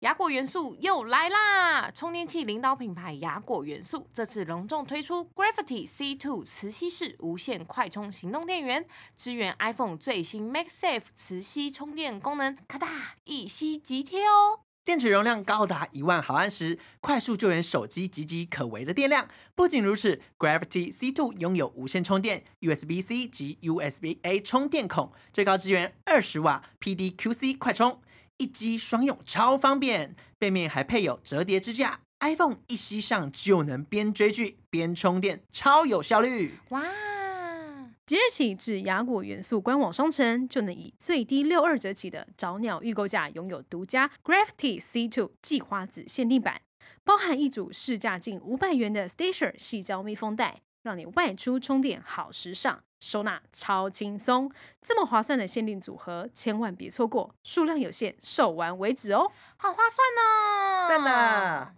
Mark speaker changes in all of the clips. Speaker 1: 雅果元素又来啦！充电器领导品牌雅果元素这次隆重推出 Gravity C2 磁吸式无线快充行动电源，支援 iPhone 最新 MagSafe 磁吸充电功能，咔嗒一吸即贴哦！
Speaker 2: 电池容量高达一万毫安时，快速救援手机岌岌可危的电量。不仅如此，Gravity C2 拥有无线充电、USB-C 及 USB-A 充电孔，最高支援二十瓦 PDQC 快充，一机双用超方便。背面还配有折叠支架，iPhone 一吸上就能边追剧边充电，超有效率。
Speaker 1: 哇！
Speaker 3: 即日起至雅果元素官网商城，就能以最低六二折起的早鸟预购价，拥有独家 Gravity C2 计划子限定版，包含一组市价近五百元的 Station 细胶密封袋，让你外出充电好时尚，收纳超轻松。这么划算的限定组合，千万别错过，数量有限，售完为止哦。
Speaker 1: 好划算哦！
Speaker 2: 赞！啦！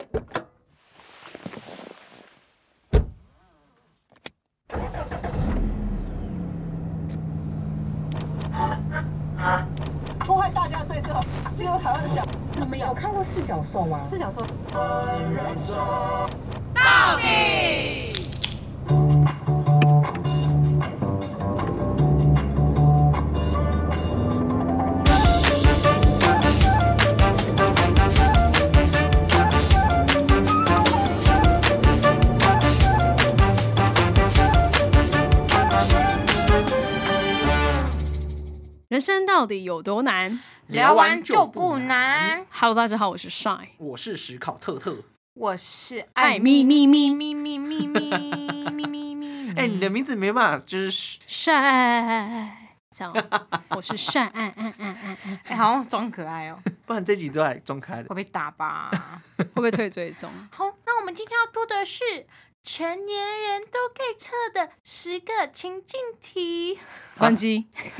Speaker 4: 破坏大家对这个进入台湾的想。你们有看过四角兽吗？四角兽。
Speaker 3: 人生到底有多难
Speaker 1: 聊完就不。难。
Speaker 3: ？Hello，大家好，我是 Shine。
Speaker 2: 我是史考特特。
Speaker 1: 我是
Speaker 3: 爱咪咪咪
Speaker 1: 咪咪咪咪咪咪咪咪。
Speaker 2: 哎、你的名字没办法，就是
Speaker 3: 晒，这样，我是晒，嗯嗯嗯嗯嗯，
Speaker 1: 哎好像装可爱哦，
Speaker 2: 不然这集都来中开的
Speaker 1: 会。被打吧？
Speaker 3: 会不会退追踪？
Speaker 1: 好，那我们今天要读的是成年人都可以测的十个情境题。
Speaker 3: 关机，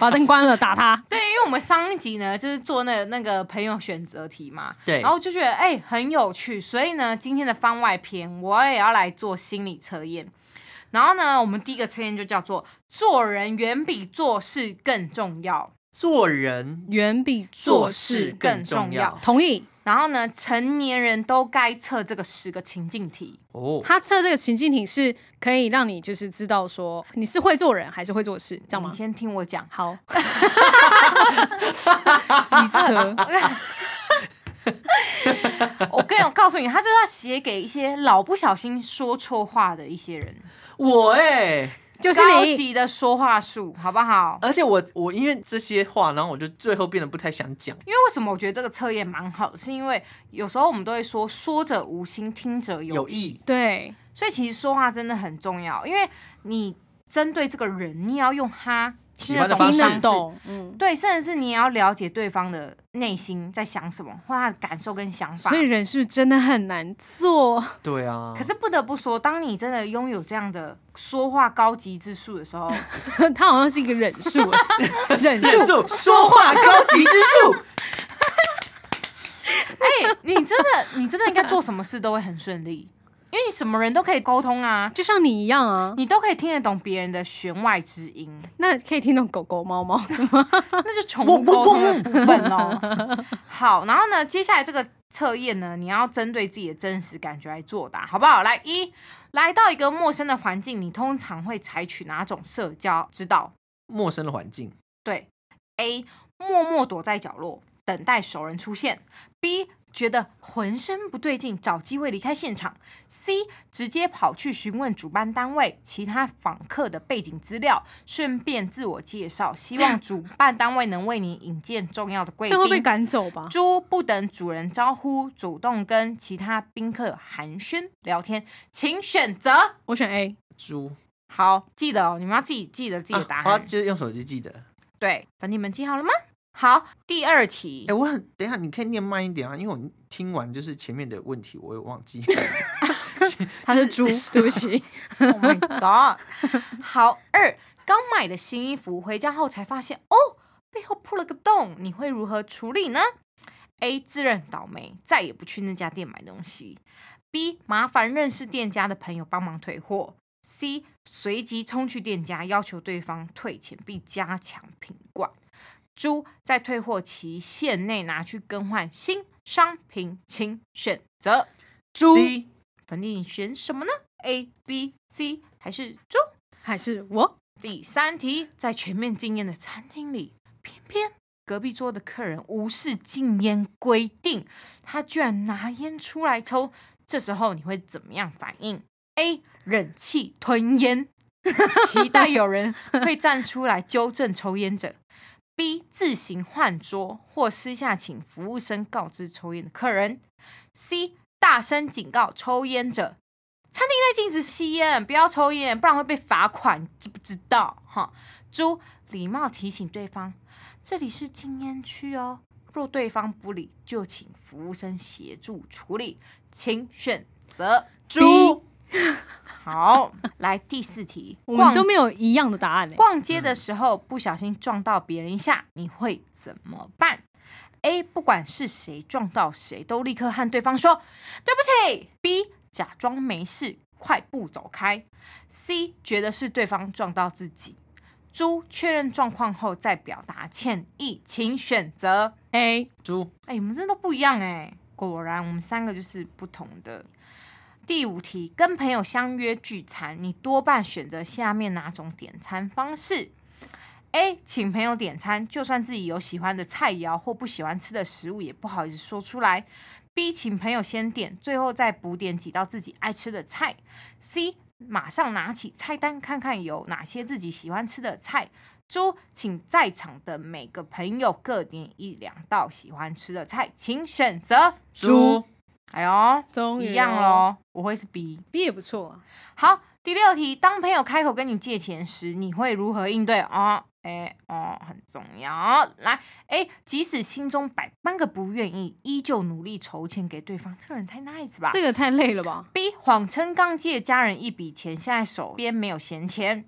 Speaker 3: 把灯关了，打他。
Speaker 1: 对，因为我们上一集呢，就是做那那个朋友选择题嘛，
Speaker 2: 对
Speaker 1: 然后就觉得哎、很有趣，所以呢，今天的番外篇我也要来做心理测验。然后呢，我们第一个测验就叫做“做人远比做事更重要
Speaker 2: 做人
Speaker 3: 远比
Speaker 2: 做
Speaker 3: 做
Speaker 2: 事
Speaker 3: 事
Speaker 2: 更重要
Speaker 3: 同意。”。
Speaker 1: 然后呢，成年人都该测这个十个情境题。
Speaker 2: 哦。
Speaker 3: 他测这个情境题是可以让你就是知道说你是会做人还是会做事，这样
Speaker 1: 你
Speaker 3: 吗？
Speaker 1: 先听我讲。
Speaker 3: 好，机车，
Speaker 1: 我跟我告诉你，他就是要写给一些老不小心说错话的一些人，
Speaker 2: 我哎、
Speaker 3: 就是
Speaker 1: 高
Speaker 3: 你。
Speaker 1: 级的说话术，好不好？
Speaker 2: 而且我我因为这些话，然后我就最后变得不太想讲。
Speaker 1: 因为为什么我觉得这个测验蛮好的，是因为有时候我们都会说说者无心，听者有
Speaker 2: 有
Speaker 1: 意，
Speaker 2: 意
Speaker 3: 对，
Speaker 1: 所以其实说话真的很重要，因为你针对这个人，你要用他听
Speaker 2: 喜欢
Speaker 1: 得
Speaker 2: 的
Speaker 1: 懂
Speaker 2: 方
Speaker 3: 听
Speaker 2: 式
Speaker 3: 得
Speaker 1: 方式，
Speaker 3: 懂，嗯。
Speaker 1: 对，甚至是你也要了解对方的内心在想什么，或他的感受跟想法。
Speaker 3: 所以人是不是真的很难做，
Speaker 2: 对啊，
Speaker 1: 可是不得不说，当你真的拥有这样的说话高级之术的时候，
Speaker 3: 他好像是一个忍 术，忍
Speaker 2: 忍术
Speaker 3: 术，
Speaker 2: 说话高级之术，
Speaker 1: 哎、你真的， 你真的应该做什么事都会很顺利，因为你什么人都可以沟通啊，
Speaker 3: 就像你一样啊。
Speaker 1: 你都可以听得懂别人的弦外之音，
Speaker 3: 那可以听懂狗狗、猫 猫的吗？
Speaker 1: 那是宠物沟通的部分哦。好，然后呢，接下来这个测验呢，你要针对自己的真实感觉来作答，好不好？来，一，来到一个陌生的环境，你通常会采取哪种社交之道？
Speaker 2: 陌生的环境，
Speaker 1: 对，A 默默躲在角落等待熟人出现；B 觉得浑身不对劲，找机会离开现场；C 直接跑去询问主办单位其他访客的背景资料，顺便自我介绍，希 望主办单位能为你引荐重要的贵
Speaker 3: 这会被
Speaker 1: 宾。
Speaker 3: 赶走吧？
Speaker 1: 猪不等主人招呼，主动跟其他宾客寒暄聊天，请选择。
Speaker 3: 我选 A，
Speaker 2: 猪
Speaker 1: 好，记得哦，你们要自己记得自己的答案。
Speaker 2: 啊，就是用手机记得。
Speaker 1: 对，粉底们记好了吗？好，第二题
Speaker 2: 哎、，我很等一下，你可以念慢一点啊，因为我听完就是前面的问题，我也忘记。
Speaker 3: 他是猪，对不 起。
Speaker 1: Oh my god！好，二刚买的新衣服回家后才发现，哦，背后破了个洞，你会如何处理呢？A 自认倒霉，再也不去那家店买东西。B 麻烦认识店家的朋友帮忙退货。C 随即冲去店家要求对方退钱并加强品管。猪在退货期限内拿去更换新商品，请选择
Speaker 2: 猪
Speaker 1: 粉底你选什么呢？A、B、C 还是猪？
Speaker 3: 还是我
Speaker 1: 第三题，在全面禁烟的餐厅里，偏偏隔壁桌的客人无视禁烟规定，他居然拿烟出来抽，这时候你会怎么样反应？A. 忍气吞烟，期待有人会站出来纠正抽烟者。B. 自行换桌或私下请服务生告知抽烟的客人。C. 大声警告抽烟者餐厅内禁止吸烟，不要抽烟，不然会被罚款，你知不知道？哈，猪礼貌提醒对方，这里是禁烟区哦。若对方不理，就请服务生协助处理，请选择
Speaker 2: 猪。
Speaker 1: 好，来第四题，
Speaker 3: 我们
Speaker 1: 逛
Speaker 3: 都没有一样的答案嘞、欸
Speaker 1: 逛街的时候不小心撞到别人一下，你会怎么办？A. 不管是谁撞到谁，都立刻和对方说对不起。B. 假装没事，快步走开。C. 觉得是对方撞到自己。猪确认状况后再表达歉意，请选择 A。
Speaker 2: 猪
Speaker 1: 哎、你们真的都不一样哎、果然我们三个就是不同的。第五题，跟朋友相约聚餐，你多半选择下面哪种点餐方式？A. 请朋友点餐，就算自己有喜欢的菜肴或不喜欢吃的食物，也不好意思说出来。B. 请朋友先点，最后再补点几道自己爱吃的菜。C. 马上拿起菜单看看有哪些自己喜欢吃的菜。猪，请在场的每个朋友各点一两道喜欢吃的菜，请选择。
Speaker 2: 猪
Speaker 1: 哎呦，
Speaker 3: 终于
Speaker 1: 一样
Speaker 3: 哦
Speaker 1: 喽，我会是 B。
Speaker 3: ，B 也不错啊。
Speaker 1: 好，第六题，当朋友开口跟你借钱时，你会如何应对？哦，哎，哦，很重要。来，哎，即使心中百般个不愿意，依旧努力筹钱给对方，这个人太 nice 吧？
Speaker 3: 这个太累了吧？
Speaker 1: B 谎称刚借家人一笔钱，现在手边没有闲钱。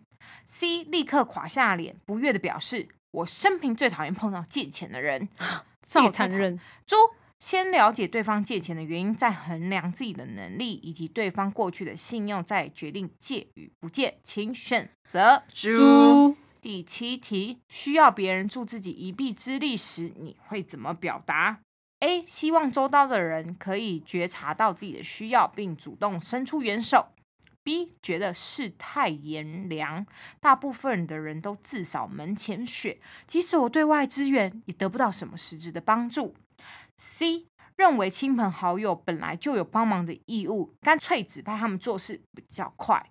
Speaker 1: C 立刻垮下脸，不悦的表示：“我生平最讨厌碰到借钱的人。”
Speaker 3: 这好
Speaker 1: 也太
Speaker 3: 残忍。
Speaker 1: 猪先了解对方借钱的原因，再衡量自己的能力以及对方过去的信用，再决定借与不借。请选择
Speaker 2: 猪
Speaker 1: 第七题，需要别人助自己一臂之力时，你会怎么表达？A. 希望周到的人可以觉察到自己的需要，并主动伸出援手。B. 觉得世态炎凉，大部分的人都自扫门前雪，即使我对外支援，也得不到什么实质的帮助。C. 认为亲朋好友本来就有帮忙的义务，干脆指派他们做事比较快。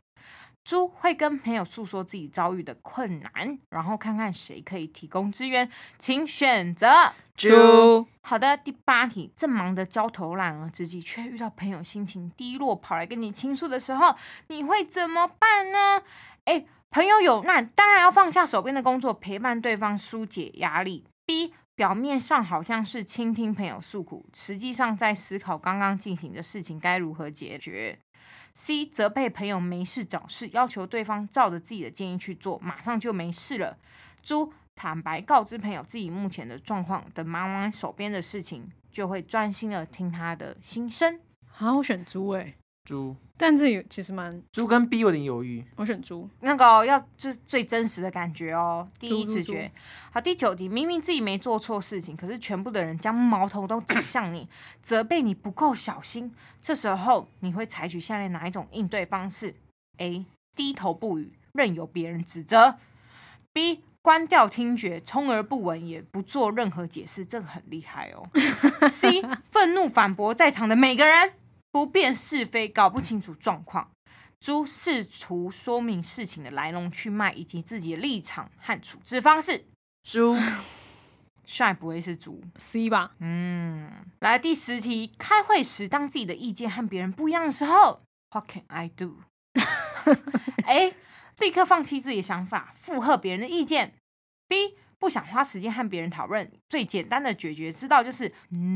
Speaker 1: 猪会跟朋友诉说自己遭遇的困难，然后看看谁可以提供支援，请选择。
Speaker 2: 猪
Speaker 1: 好的，第八题，正忙得焦头烂额之际，却遇到朋友心情低落跑来跟你倾诉的时候，你会怎么办呢？哎，朋友有难，当然要放下手边的工作，陪伴对方疏解压力。B 表面上好像是倾听朋友诉苦，实际上在思考刚刚进行的事情该如何解决。C 责备朋友没事找事，要求对方照着自己的建议去做，马上就没事了。猪坦白告知朋友自己目前的状况，等忙完手边的事情，就会专心的听他的心声。
Speaker 3: 啊，我选猪哎、
Speaker 2: 猪
Speaker 3: 但这有其实蛮，
Speaker 2: 猪跟 B 有点犹豫，
Speaker 3: 我选猪。
Speaker 1: 那个哦、要就是最真实的感觉哦，第一
Speaker 3: 猪猪
Speaker 1: 直觉。好，第九题，明明自己没做错事情，可是全部的人将矛头都指向你， 责备你不够小心。这时候你会采取下列哪一种应对方式？A. 低头不语，任由别人指责。B. 关掉听觉，充耳不闻，也不做任何解释，这个很厉害哦。C. 愤怒反驳在场的每个人，不辨是非，搞不清楚状况。猪试图说明事情的来龙去脉以及自己的立场和处置方式。
Speaker 2: 猪
Speaker 1: 帅不会是猪，
Speaker 3: C 吧，
Speaker 1: 嗯。来第十题，开会时当自己的意见和别人不一样的时候，What can I do？A. 立刻放弃自己的想法，附和别人的意见。B. 不想花时间和别人讨论，最简单的解决之道就是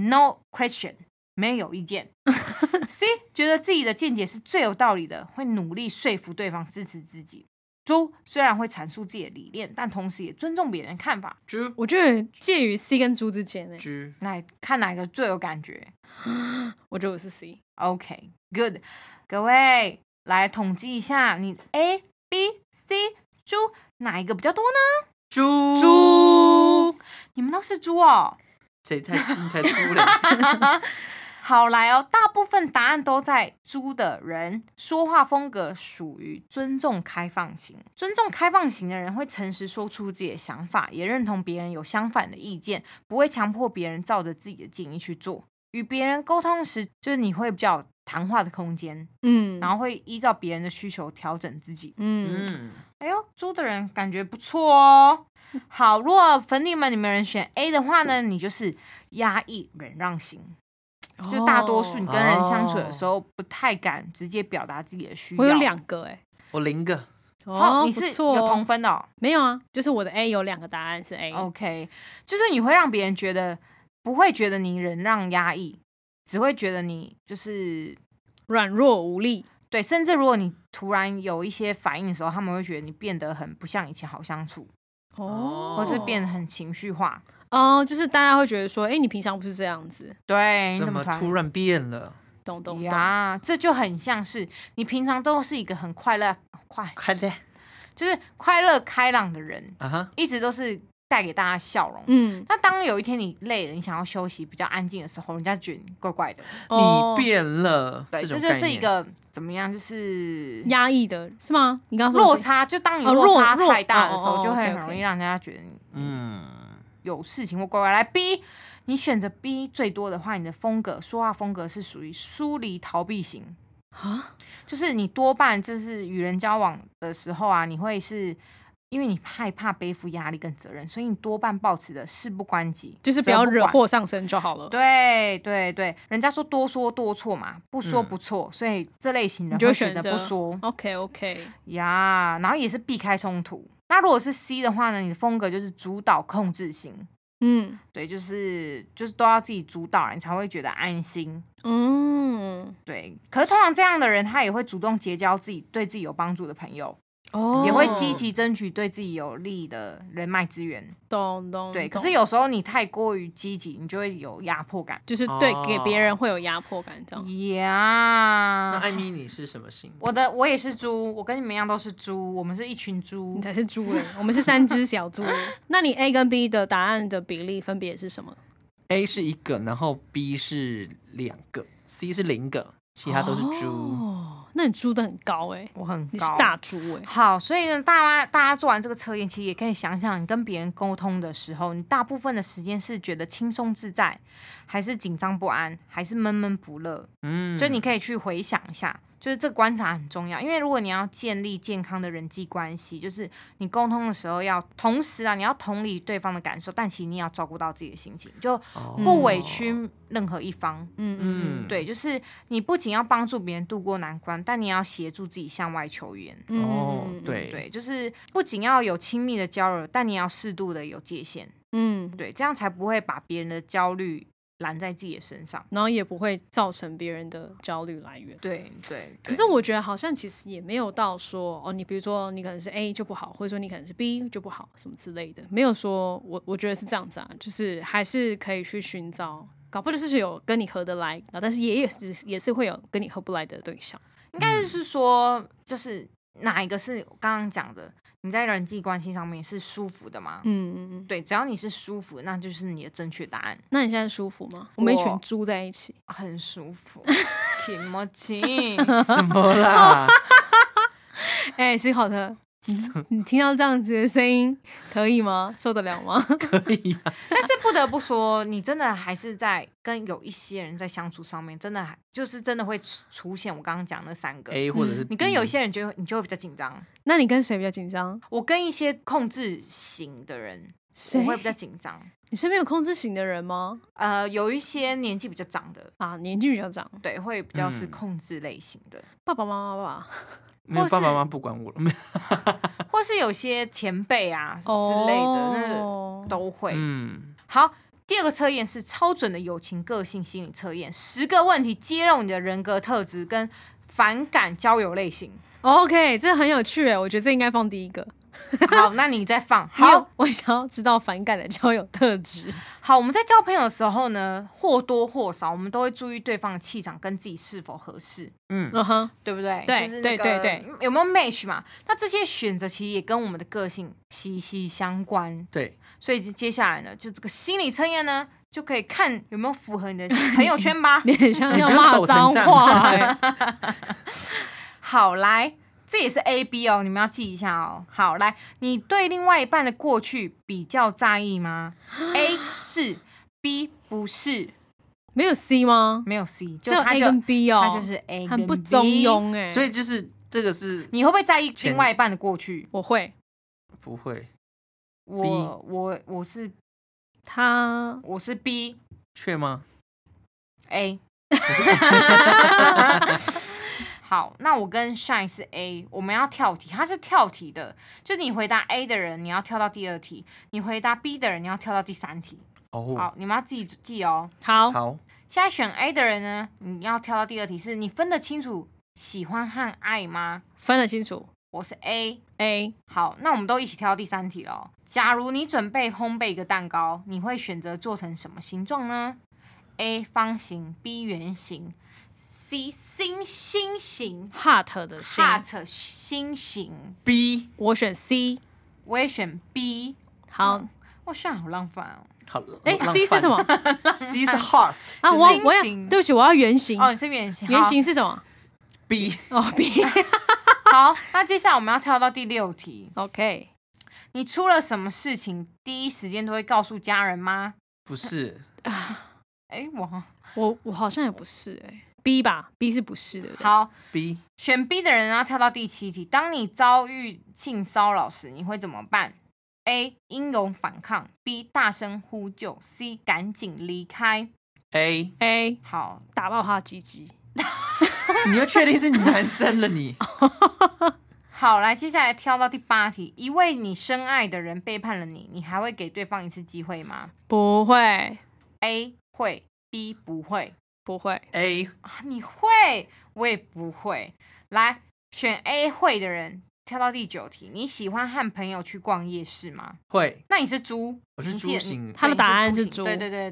Speaker 1: no question，没有意见。C 觉得自己的见解是最有道理的，会努力说服对方支持自己。猪虽然会阐述自己的理念，但同时也尊重别人的看法。
Speaker 2: 猪
Speaker 3: 我觉得介于 C 跟猪之间哎、
Speaker 2: 猪
Speaker 1: 那看哪个最有感觉？
Speaker 3: 我觉得我是 C。
Speaker 1: OK，Good，、各位来统计一下，你 A、B、C、猪哪一个比较多呢？
Speaker 2: 猪
Speaker 3: 猪
Speaker 1: 你们那是猪哦。
Speaker 2: 谁才你才出嘞？
Speaker 1: 好来哦，大部分答案都在猪的人说话风格属于尊重开放型。尊重开放型的人会诚实说出自己的想法，也认同别人有相反的意见，不会强迫别人照着自己的建议去做。与别人沟通时，就是你会比较有谈话的空间，
Speaker 3: 嗯，
Speaker 1: 然后会依照别人的需求调整自己。
Speaker 3: 嗯，
Speaker 2: 嗯，
Speaker 1: 哎呦，猪的人感觉不错 哦。好，如果粉底们你们有人选 A 的话呢，你就是压抑忍让型。嗯就大多数你
Speaker 3: 哦
Speaker 1: 跟人相处的时候，不太敢直接表达自己的需要。
Speaker 3: 我有，两个哎、
Speaker 2: 我零个，
Speaker 1: 哦，你
Speaker 3: 不
Speaker 1: 是
Speaker 3: 错哎
Speaker 1: 有同哦分的、哦。
Speaker 3: 没有啊？就是我的 A 有两个答案是 A，、
Speaker 1: OK，就是你会让别人觉得不会觉得你忍让压抑，只会觉得你就是
Speaker 3: 软弱无力。
Speaker 1: 对，甚至如果你突然有一些反应的时候，他们会觉得你变得很不像以前好相处，
Speaker 2: 哦
Speaker 1: 或是变得很情绪化。
Speaker 3: 哦，就是大家会觉得说，哎、你平常不是这样子，
Speaker 1: 对，你
Speaker 2: 怎
Speaker 1: 怎
Speaker 2: 么
Speaker 1: 突然
Speaker 2: 突然变了？
Speaker 3: 懂懂懂。
Speaker 1: 呀，这就很像是你平常都是一个很快乐、快
Speaker 2: 快点
Speaker 1: 就是快乐开朗的人，
Speaker 2: 啊哈！
Speaker 1: 一直都是带给大家笑容。
Speaker 3: 嗯，
Speaker 1: 那当有一天你累了，你想要休息、比较安静的时候，人家觉得你怪怪的。
Speaker 3: 哦
Speaker 2: 你变了，
Speaker 1: 对，
Speaker 2: 种
Speaker 1: 这
Speaker 2: 概
Speaker 1: 就是一
Speaker 2: 念
Speaker 1: 个怎么样，就是
Speaker 3: 压抑的是吗？你刚刚说
Speaker 1: 落
Speaker 3: 的是
Speaker 1: 差。就当你
Speaker 3: 哦
Speaker 1: 落差
Speaker 3: 落落
Speaker 1: 太大的时
Speaker 3: 哦哦
Speaker 1: 候，
Speaker 3: 哦
Speaker 1: 就会
Speaker 3: OK，OK
Speaker 1: 很容易让人家觉得你
Speaker 2: 嗯，
Speaker 1: 有事情或怪怪。来 B，你选择 B 最多的话，你的风格说话风格是属于疏离逃避型，
Speaker 3: 啊，
Speaker 1: 就是你多半就是与人交往的时候啊，你会是。因为你害怕背负压力跟责任，所以你多半抱持的事不关己，
Speaker 3: 就是
Speaker 1: 责
Speaker 3: 不要
Speaker 1: 不
Speaker 3: 惹
Speaker 1: 管
Speaker 3: 祸上身就好了。
Speaker 1: 对对对，人家说多说多错嘛，不说
Speaker 2: 嗯
Speaker 1: 不错，所以这类型
Speaker 3: 你
Speaker 1: 人
Speaker 3: 就
Speaker 1: 会
Speaker 3: 会
Speaker 1: 选
Speaker 3: 选
Speaker 1: 择
Speaker 3: 择
Speaker 1: 不说
Speaker 3: ，OK OK，
Speaker 1: 呀，然后也是避开冲突。那如果是 C 的话呢，你的风格就是主导控制型，
Speaker 3: 嗯
Speaker 1: 对，就是就是都要自己主导，你才会觉得安心。
Speaker 3: 嗯，
Speaker 1: 对，可是通常这样的人，他也会主动结交自己对自己有帮助的朋友，
Speaker 3: 哦
Speaker 1: 也会积极争取对自己有利的人脉资源。
Speaker 3: 哦懂懂。
Speaker 1: 对，可
Speaker 3: 懂
Speaker 1: 是有时候你太过于积极，你就会有压迫感。
Speaker 3: 就是对
Speaker 2: 哦
Speaker 3: 给别人会有压迫感，这样。
Speaker 1: 呀、
Speaker 2: 那艾米你是什么型？
Speaker 1: 我的我也是猪，我跟你们一样都是猪，我们是一群猪
Speaker 3: 你。才是猪嘞，我们是三只小猪。 那你 A 跟 B 的答案的比例分别是什么？
Speaker 2: A 是一个，然后 B 是两个，C 是零个，其他都是猪。
Speaker 3: 哦，那你猪的很高哎，
Speaker 1: 我很
Speaker 3: 你是
Speaker 1: 高
Speaker 3: 大猪哎。
Speaker 1: 好，所以呢，大家大家做完这个测验，其实也可以想想，你跟别人沟通的时候，你大部分的时间是觉得轻松自在，还是紧张不安，还是闷闷不乐？
Speaker 2: 嗯，
Speaker 1: 就你可以去回想一下，就是这个观察很重要，因为如果你要建立健康的人际关系，就是你沟通的时候要同时啊，你要同理对方的感受，但其实你也要照顾到自己的心情，就
Speaker 2: 哦
Speaker 1: 不委屈任何一方。
Speaker 3: 嗯
Speaker 2: 嗯，
Speaker 1: 嗯对，就是你不仅要帮助别人渡过难关，但你也要协助自己向外求援。
Speaker 3: 嗯
Speaker 2: 哦，，对，
Speaker 1: 对，就是不仅要有亲密的交流，但你也要适度的有界限。
Speaker 3: 嗯，
Speaker 1: 对，这样才不会把别人的焦虑揽在自己的身上。
Speaker 3: 然后也不会造成别人的焦虑来源。
Speaker 1: 对对，
Speaker 3: 可是我觉得好像其实也没有到说哦，你比如说你可能是 A 就不好，或者说你可能是 B 就不好什么之类的，没有说我我觉得是这样子啊，就是还是可以去寻找，搞不好就是有跟你合得来，然后但是也也是也是会有跟你合不来的对象。
Speaker 1: 应该是说，就是哪一个是我刚刚讲的，你在人际关系上面是舒服的吗？
Speaker 3: 嗯嗯嗯，
Speaker 1: 对，只要你是舒服，那就是你的正确答案，
Speaker 3: 那你现在舒服吗？我们一群
Speaker 1: 我
Speaker 3: 猪在一起，
Speaker 1: 很舒 服。気持ちいい
Speaker 2: 什么 啦？
Speaker 3: 哎、思考特。你你听到这样子的声音，可以吗？受得了吗？
Speaker 2: 可以啊，
Speaker 1: 但是不得不说，你真的还是在跟有一些人在相处上面，真的还就是真的会出出现我刚刚讲那三个。
Speaker 2: A 嗯或者是 B
Speaker 1: 嗯你跟有一些人就会你就会比较紧张，
Speaker 3: 那你跟谁比较紧张？
Speaker 1: 我跟一些控制型的人，
Speaker 3: 谁
Speaker 1: 我会比较紧张。
Speaker 3: 你身边有控制型的人吗？
Speaker 1: 呃，有一些年纪比较长的，
Speaker 3: 啊，年纪比较长，
Speaker 1: 对，会比较是
Speaker 2: 嗯
Speaker 1: 控制类型的，
Speaker 3: 爸爸妈妈吧。
Speaker 2: 没有
Speaker 1: 或是
Speaker 2: 爸爸妈妈不管我了，没有
Speaker 1: 或是有些前辈啊之
Speaker 3: 哦
Speaker 1: 类的，那都会。
Speaker 2: 嗯，
Speaker 1: 好，第二个测验是超准的友情个性心理测验，十个问题揭露你的人格特质跟反感交友类型。
Speaker 3: OK，这很有趣哎，我觉得这应该放第一个。
Speaker 1: 好，那你再放。
Speaker 3: 因为
Speaker 1: 好
Speaker 3: 我想要知道反感的交友特 质。
Speaker 1: 好，我们在交朋友的时候呢，或多或少我们都会注意对方的气场跟自己是否合适，
Speaker 2: 嗯，
Speaker 3: 嗯哼，
Speaker 1: 对不对？
Speaker 3: 对
Speaker 1: 就是那个
Speaker 3: 对对对，
Speaker 1: 有没有 match 嘛？那这些选择其实也跟我们的个性息息相关。
Speaker 2: 对，
Speaker 1: 所以接下来呢，就这个心理测验呢，就可以看有没有符合你的朋友圈 吧。
Speaker 3: 你很像
Speaker 2: 你
Speaker 3: 要
Speaker 2: 不要
Speaker 3: 骂
Speaker 2: 抖成
Speaker 3: 脏
Speaker 2: 这样
Speaker 3: 话、欸。
Speaker 1: 好，来，这也是 A B 哦，你们要记一下哦。好，来，你对另外一半的过去比较在意吗 ？A 是，B 不是，
Speaker 3: 没有 C 吗？
Speaker 1: 没有 C，
Speaker 3: 只
Speaker 1: 就
Speaker 3: 有
Speaker 1: 他
Speaker 3: A
Speaker 1: 就
Speaker 3: 跟 B 哦，
Speaker 1: 他就是 A
Speaker 3: 很
Speaker 1: 跟
Speaker 3: 不中
Speaker 1: B
Speaker 3: 庸哎、
Speaker 2: 所以就是这个是
Speaker 1: 你会不会在意
Speaker 2: 前
Speaker 1: 另外一半的过去？
Speaker 3: 我会
Speaker 2: 不会
Speaker 1: 我我我是
Speaker 3: 他
Speaker 1: 我是 B
Speaker 2: 确吗？
Speaker 1: A。好，那我跟 Shine 是 A，我们要跳题，它是跳题的，就你回答 A 的人，你要跳到第二题；你回答 B 的人，你要跳到第三题。
Speaker 2: 哦，
Speaker 1: 好，你们要自己记哦。
Speaker 3: 好
Speaker 2: 好，
Speaker 1: 现在选 A 的人呢，你要跳到第二题是，你分得清楚喜欢和爱吗？
Speaker 3: 分得清楚
Speaker 1: 我是 A。
Speaker 3: A
Speaker 1: 好，那我们都一起跳到第三题了哦。假如你准备烘焙一个蛋糕，你会选择做成什么形状呢？A 方形，B 圆形，C 星星形
Speaker 3: heart 的心，
Speaker 1: ，heart 心形。
Speaker 2: B
Speaker 3: 我选 C。
Speaker 1: 我也选 B。
Speaker 3: 好，
Speaker 1: 哇，虽然好浪漫哦。
Speaker 2: 好，
Speaker 3: 哎、
Speaker 2: 浪
Speaker 3: c 是
Speaker 2: 漫
Speaker 3: 什么
Speaker 2: ？C 是 heart
Speaker 3: 啊？
Speaker 1: 是
Speaker 3: 我
Speaker 1: 心
Speaker 3: 我要
Speaker 1: 形
Speaker 3: 对不起，我要圆形。
Speaker 1: 哦，你是圆形。
Speaker 3: 圆
Speaker 1: 好
Speaker 3: 形是什么？
Speaker 2: B
Speaker 3: 哦，B。
Speaker 1: 好，那接下来我们要跳到第六题。
Speaker 3: OK，
Speaker 1: 你出了什么事情，第一时间都会告诉家人吗？
Speaker 2: 不是
Speaker 3: 啊
Speaker 1: 哎，我好
Speaker 3: 我我好像也不是哎、b 吧，B 是不是的？，
Speaker 1: 好
Speaker 2: B
Speaker 1: 选 B 的人要跳到第七题。当你遭遇性骚扰时，你会怎么办？A. 英勇反抗；B. 大声呼救；C. 赶紧离开。
Speaker 2: A，
Speaker 3: A
Speaker 1: 好，
Speaker 3: 打爆他的鸡鸡，
Speaker 2: 你就确定是你男生了你？
Speaker 1: 好，来，接下来跳到第八题。一位你深爱的人背叛了你，你还会给对方一次机会吗？
Speaker 3: 不会
Speaker 1: A 会，B 不会
Speaker 3: 不会，
Speaker 2: A
Speaker 1: 啊，你会，我也不会。来，选 A 会的人跳到第九题，你喜欢和朋友去逛夜市吗？
Speaker 2: 会，
Speaker 1: 那你是猪，
Speaker 2: 我是
Speaker 1: 你
Speaker 2: 猪
Speaker 1: 也
Speaker 2: 型
Speaker 3: 他的
Speaker 1: 对你
Speaker 3: 答案是
Speaker 1: 型
Speaker 3: 猪
Speaker 1: 对对对对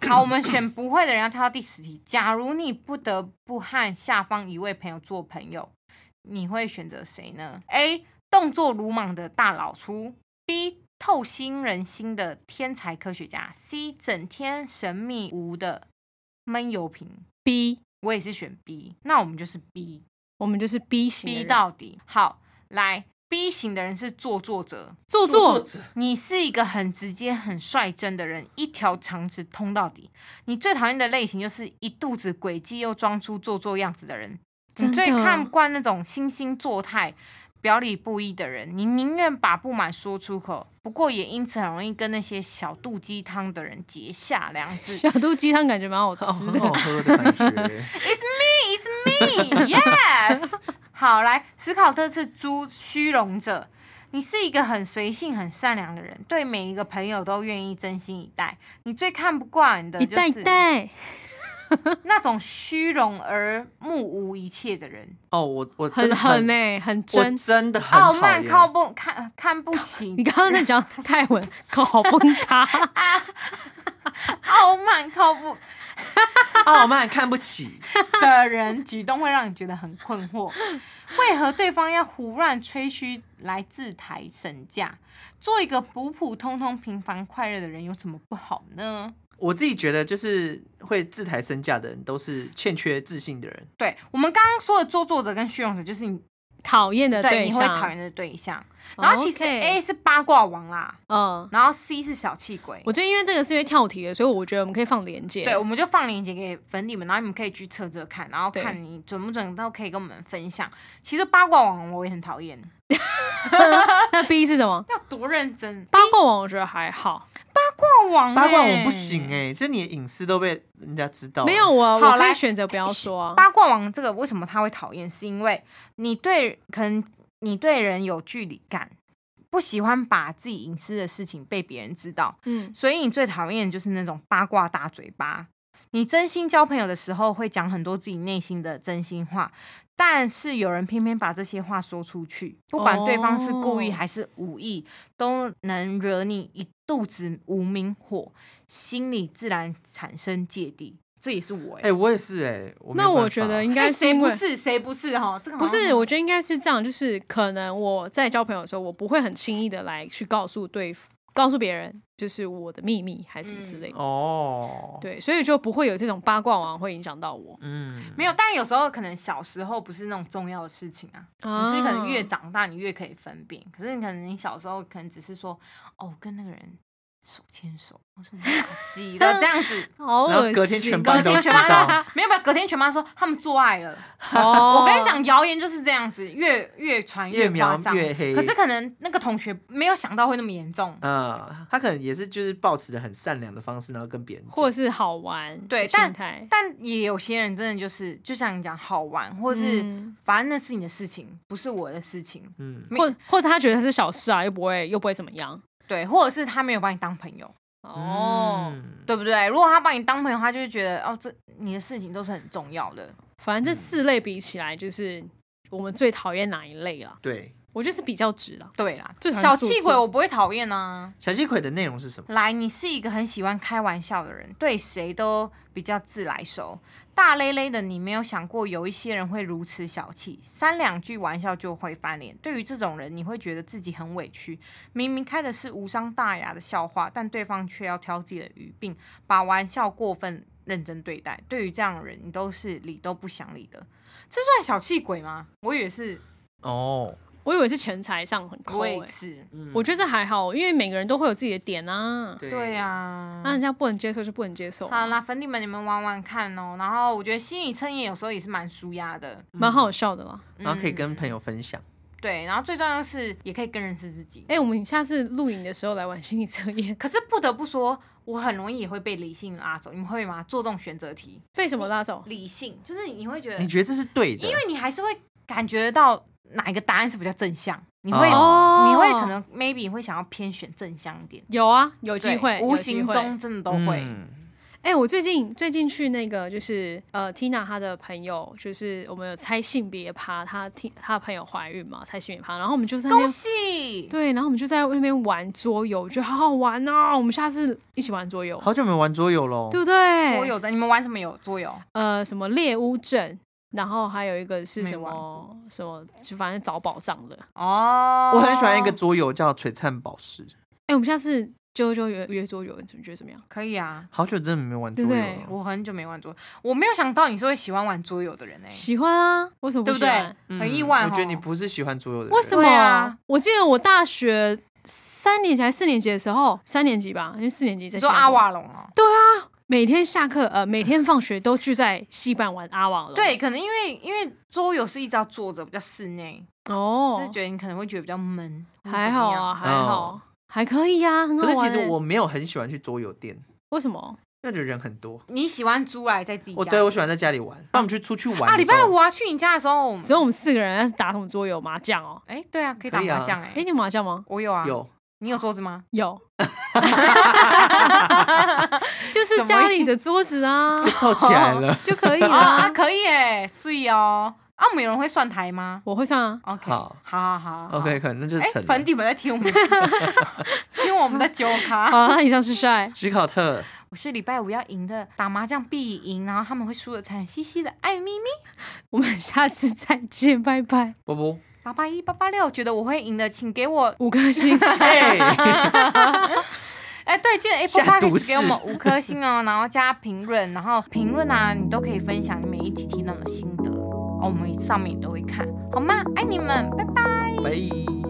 Speaker 1: 对。好，我们选不会的人要跳到第十题。假如你不得不和下方一位朋友做朋友，你会选择谁呢？A 动作鲁莽的大老粗，B 透心人心的天才科学家，C 整天神秘无的闷油瓶。
Speaker 3: B，
Speaker 1: 我也是选 B，那我们就是 B
Speaker 3: 我们就是 B 型的
Speaker 1: B
Speaker 3: 人
Speaker 1: 到底。好，来 B 型的人是做作者，
Speaker 3: 做作，
Speaker 2: 者
Speaker 1: 你是一个很直接、很率真的人，一条肠子通到底。你最讨厌的类型就是一肚子诡计又装出做作样子的人。你
Speaker 3: 真的
Speaker 1: 最看不惯那种惺惺作态、表里不一的人。你宁愿把不满说出口，不过也因此很容易跟那些小肚鸡汤的人结下梁子。
Speaker 3: 小肚鸡汤感觉蛮好
Speaker 2: 哦，
Speaker 3: 吃
Speaker 2: 很
Speaker 3: 的
Speaker 2: 好。喝的感 觉。
Speaker 1: It's me, yes 。 好，来，史考特是猪虚荣者。你是一个很随性、很善良的人，对每一个朋友都愿意真心以待。你最看不惯的
Speaker 3: 一
Speaker 1: 就
Speaker 3: 代一
Speaker 1: 是
Speaker 3: 代，
Speaker 1: 那种虚荣而目无一切的人，
Speaker 2: 哦，我我真
Speaker 3: 很
Speaker 2: 的
Speaker 3: 很哎、很
Speaker 2: 我
Speaker 3: 真。
Speaker 2: 真的很
Speaker 1: 傲
Speaker 2: 讨
Speaker 1: 慢
Speaker 2: 厌
Speaker 1: 靠不看看不起
Speaker 3: 你，刚刚 在讲泰文，考崩他，
Speaker 1: 傲慢靠不
Speaker 2: 傲慢看不起，
Speaker 1: 的人举动会让你觉得很困惑。为何对方要胡乱吹嘘来自抬身价？做一个普普通通、平凡快乐的人有什么不好呢？
Speaker 2: 我自己觉得就是会自抬身价的人都是欠缺自信的人。
Speaker 1: 对我们刚刚说的做作者跟虚荣者，就是你
Speaker 3: 讨厌的
Speaker 1: 对
Speaker 3: 对
Speaker 1: 你
Speaker 3: 象。哦
Speaker 1: 会讨厌的对象。然后其实
Speaker 3: OK
Speaker 1: A 是八卦王啦，
Speaker 3: 嗯，
Speaker 1: 然后 C 是小气鬼
Speaker 3: 我。觉得因为这个是因为跳题的，所以我觉得我们可以放连接。
Speaker 1: 对，我们就放链接给粉底们，然后你们可以去测测看，然后
Speaker 3: 对
Speaker 1: 看你准不准，都可以跟我们分享。其实八卦王我也很讨厌，
Speaker 3: 那 B 是什么？
Speaker 1: 要多认真。
Speaker 3: 八卦王我觉得还好，
Speaker 1: 八卦
Speaker 3: 嗯
Speaker 1: 王、
Speaker 2: 八卦我不行。哎、欸，就是你的隐私都被人家知道了。
Speaker 3: 没有我，
Speaker 1: 哦好
Speaker 3: 我可
Speaker 1: 来
Speaker 3: 以选择不要说啊。
Speaker 1: 八卦王这个为什么他会讨厌？是因为你对可能你对人有距离感，不喜欢把自己隐私的事情被别人知道，
Speaker 3: 嗯，
Speaker 1: 所以你最讨厌的就是那种八卦大嘴巴。你真心交朋友的时候会讲很多自己内心的真心话，但是有人偏偏把这些话说出去，不管对方是故意
Speaker 3: 哦
Speaker 1: 还是无意，都能惹你一肚子无名火，心里自然产生芥蒂。这也是我哎、
Speaker 5: 哎、我也是哎、
Speaker 2: 欸
Speaker 5: 我没有
Speaker 3: 那我
Speaker 5: 办
Speaker 3: 觉
Speaker 5: 法
Speaker 3: 得应
Speaker 1: 哎
Speaker 3: 该是
Speaker 1: 谁
Speaker 3: 因
Speaker 1: 不
Speaker 3: 为
Speaker 1: 是谁不是哈？这个好
Speaker 3: 不
Speaker 1: 像
Speaker 3: 是，我觉得应该是这样，就是可能我在交朋友的时候，我不会很轻易的来去告诉对告诉别人，就是我的秘密还是
Speaker 1: 嗯
Speaker 3: 什么之类的。
Speaker 5: 哦，，
Speaker 3: 对，所以就不会有这种八卦王会影响到我。
Speaker 5: 嗯，
Speaker 1: 没有，但有时候可能小时候不是那种重要的事情啊。
Speaker 3: 啊
Speaker 1: 你是可能越长大，你越可以分辨。可是你可能你小时候可能只是说，哦，跟那个人手牵手，我什么打击了这样 子。
Speaker 3: 好
Speaker 2: 然后
Speaker 3: 恶心，
Speaker 2: 隔天全
Speaker 1: 隔
Speaker 2: 班都
Speaker 1: 天
Speaker 2: 知
Speaker 1: 全班
Speaker 2: 道
Speaker 1: 没有没有，隔天全班说他们做爱了。
Speaker 3: 哦，
Speaker 1: 我跟你讲，谣言就是这样子，越越传
Speaker 2: 越
Speaker 1: 夸
Speaker 2: 描
Speaker 1: 张。
Speaker 2: 越黑
Speaker 1: 可是可能那个同学没有想到会那么严重。
Speaker 2: 嗯，
Speaker 5: 他可能也是就是保持着很善良的方式，然后跟别人讲，
Speaker 3: 或是好玩的
Speaker 1: 对
Speaker 3: 心态，
Speaker 1: 但也有些人真的就是，就像你讲好玩，或是、
Speaker 3: 嗯
Speaker 1: 反正那是你的事情，不是我的事情。
Speaker 5: 嗯，
Speaker 1: 没
Speaker 3: 或或者他觉得是小事啊，又不会又不会怎么样
Speaker 1: 对，或者是他没有把你当朋友。
Speaker 3: 哦。
Speaker 5: 嗯
Speaker 1: 对不对？如果他把你当朋友，他就会觉得哦，这你的事情都是很重要的。
Speaker 3: 反
Speaker 2: 嗯
Speaker 3: 正这四类比起来，就是我们最讨厌哪一类了？
Speaker 5: 对，
Speaker 3: 我觉得是比较直啦。
Speaker 1: 对啦，
Speaker 3: 最讨厌
Speaker 1: 小
Speaker 3: 做
Speaker 1: 气
Speaker 3: 作
Speaker 1: 鬼我不会讨厌啊。
Speaker 2: 小鸡腿的内容是什么？
Speaker 1: 来，你是一个很喜欢开玩笑的人，对谁都比较自来熟。大咧咧的你没有想过有一些人会如此小气，三两句玩笑就会翻脸。对于这种人，你会觉得自己很委屈。明明开的是无伤大雅的笑话，但对方却要挑自己的语病，把玩笑过分认真对待。对于这样的人，你都是理都不想理的。这算小气鬼吗？我也是，
Speaker 5: 哦，
Speaker 3: 我以为是钱财上很抠、
Speaker 1: 我也
Speaker 3: 欸，
Speaker 1: 是。
Speaker 5: 嗯
Speaker 3: 我觉得这还好，因为每个人都会有自己的点啊。
Speaker 5: 对
Speaker 1: 对啊，
Speaker 3: 那人家不能接受就不能接受啊，
Speaker 1: 好啦，粉底们你们玩玩看哦。然后我觉得心理测验有时候也是蛮舒压的，
Speaker 3: 蛮好笑的啦。
Speaker 2: 然后可以
Speaker 1: 嗯
Speaker 2: 跟朋友分享。
Speaker 1: 对，然后最重要的是也可以更认识自己。
Speaker 3: 哎、我们下次录影的时候来玩心理测验，
Speaker 1: 可是不得不说，我很容易也会被理性拉走。你们会吗？做这种选择题，
Speaker 3: 被什么拉走？
Speaker 1: 理性就是你会觉得，
Speaker 2: 你觉得这是对的？
Speaker 1: 因为你还是会感觉到哪一个答案是比较正向，你会、
Speaker 3: 哦
Speaker 1: 你会可能 maybe 会想要偏选正向一点，
Speaker 3: 有啊，有机
Speaker 1: 对
Speaker 3: 会，
Speaker 1: 无
Speaker 3: 有机
Speaker 1: 形
Speaker 3: 会
Speaker 1: 中真的都会。
Speaker 2: 嗯
Speaker 3: 哎、我最近最近去那个就是呃，Tina 她的朋友，就是我们有猜性别趴，她听她的朋友怀孕嘛，猜性别趴，然后我们就在那
Speaker 1: 恭
Speaker 3: 边
Speaker 1: 喜！
Speaker 3: 对，然后我们就在那边玩桌游，我觉得好好玩哦，我们下次一起玩桌游，
Speaker 5: 好久没玩桌游喽，
Speaker 3: 对不对？
Speaker 1: 桌游的，你们玩什么游？桌游
Speaker 3: 呃，什么猎巫阵，然后还有一个是
Speaker 1: 没
Speaker 3: 什
Speaker 1: 玩
Speaker 3: 么什么，就反正找宝藏的。
Speaker 1: 哦，
Speaker 2: 我很喜欢一个桌游叫《璀璨宝石》，
Speaker 3: 哎、我们下次就就约约桌游，你怎么觉得怎么样？
Speaker 1: 可以啊，
Speaker 2: 好久真的没玩桌游
Speaker 3: 对不
Speaker 2: 了
Speaker 3: 对。
Speaker 1: 我很久没玩桌，我没有想到你是会喜欢玩桌游的人哎、
Speaker 3: 喜欢啊，为什么
Speaker 1: 对不
Speaker 3: 喜
Speaker 1: 对
Speaker 3: 欢？
Speaker 2: 嗯
Speaker 1: 很意外
Speaker 2: 我觉得你
Speaker 1: 吼
Speaker 2: 不是喜欢桌游的人。
Speaker 3: 为什么？
Speaker 1: 对啊
Speaker 3: 我记得我大学三年级还是四年级的时候，三年级吧，因为四年级在
Speaker 1: 你说
Speaker 3: 西半
Speaker 1: 阿瓦隆哦、
Speaker 3: 每天下课，呃，每天放学都聚在戏班玩阿瓦了。
Speaker 1: 对，，可能因为因为桌游是一直要坐着，比较室内，就
Speaker 3: 哦
Speaker 1: 是，觉得你可能会觉得比较闷，或者
Speaker 3: 还
Speaker 1: 怎么
Speaker 3: 好
Speaker 1: 样。
Speaker 3: 啊，还好，还可以啊，很好
Speaker 2: 可是
Speaker 3: 玩、
Speaker 2: 其
Speaker 3: 欸。
Speaker 2: 实我没有很喜欢去桌游店，
Speaker 3: 为什么？
Speaker 2: 那就人很多。
Speaker 1: 你喜欢租来在自己家？
Speaker 2: 我对我喜欢在家里玩，那我们去出去玩
Speaker 1: 啊，
Speaker 2: 的
Speaker 1: 礼
Speaker 2: 时候
Speaker 1: 拜五啊，去你家的时候，我们
Speaker 3: 只有我们四个人在打什么桌游麻将哦？
Speaker 1: 哎、对啊，可以打
Speaker 2: 可以啊
Speaker 1: 麻将哎、
Speaker 3: 哎、你有麻将吗？
Speaker 1: 我有啊，，
Speaker 2: 有
Speaker 1: 你有桌子 吗？
Speaker 3: 有，就是家里的桌子啊，
Speaker 2: 就凑起来了。
Speaker 3: 就可以
Speaker 1: 啊啊，
Speaker 3: 啦。
Speaker 1: 可以哎、所以哦。啊，我们有人会算台吗
Speaker 3: 我会算啊，
Speaker 1: ？OK，
Speaker 2: 好
Speaker 1: 好好好好
Speaker 2: OK，可能那就是
Speaker 1: 哎、
Speaker 2: 成
Speaker 1: 粉
Speaker 2: 了。
Speaker 1: 底们在听我们， 听我们在揪咖。
Speaker 3: 好，那以上啊是帅。
Speaker 2: 史考特，
Speaker 1: 我是礼拜五要赢的，打麻将必赢，然后他们会输的惨兮兮的，爱咪咪。
Speaker 3: 我们下次再见，拜拜。
Speaker 2: 波波，
Speaker 1: 八八一八八六，觉得我会赢的，请给我
Speaker 3: 五 颗星，
Speaker 2: 哎，
Speaker 1: 哎，对，记得 Apple
Speaker 2: 下毒
Speaker 1: Podcast
Speaker 2: 誓
Speaker 1: 给我们五颗星哦， 然后加评论，然后评论啊，你都可以分享你每一集听到的心得哦，我们上面也都会看，好吗？爱你们，拜拜。
Speaker 2: 拜。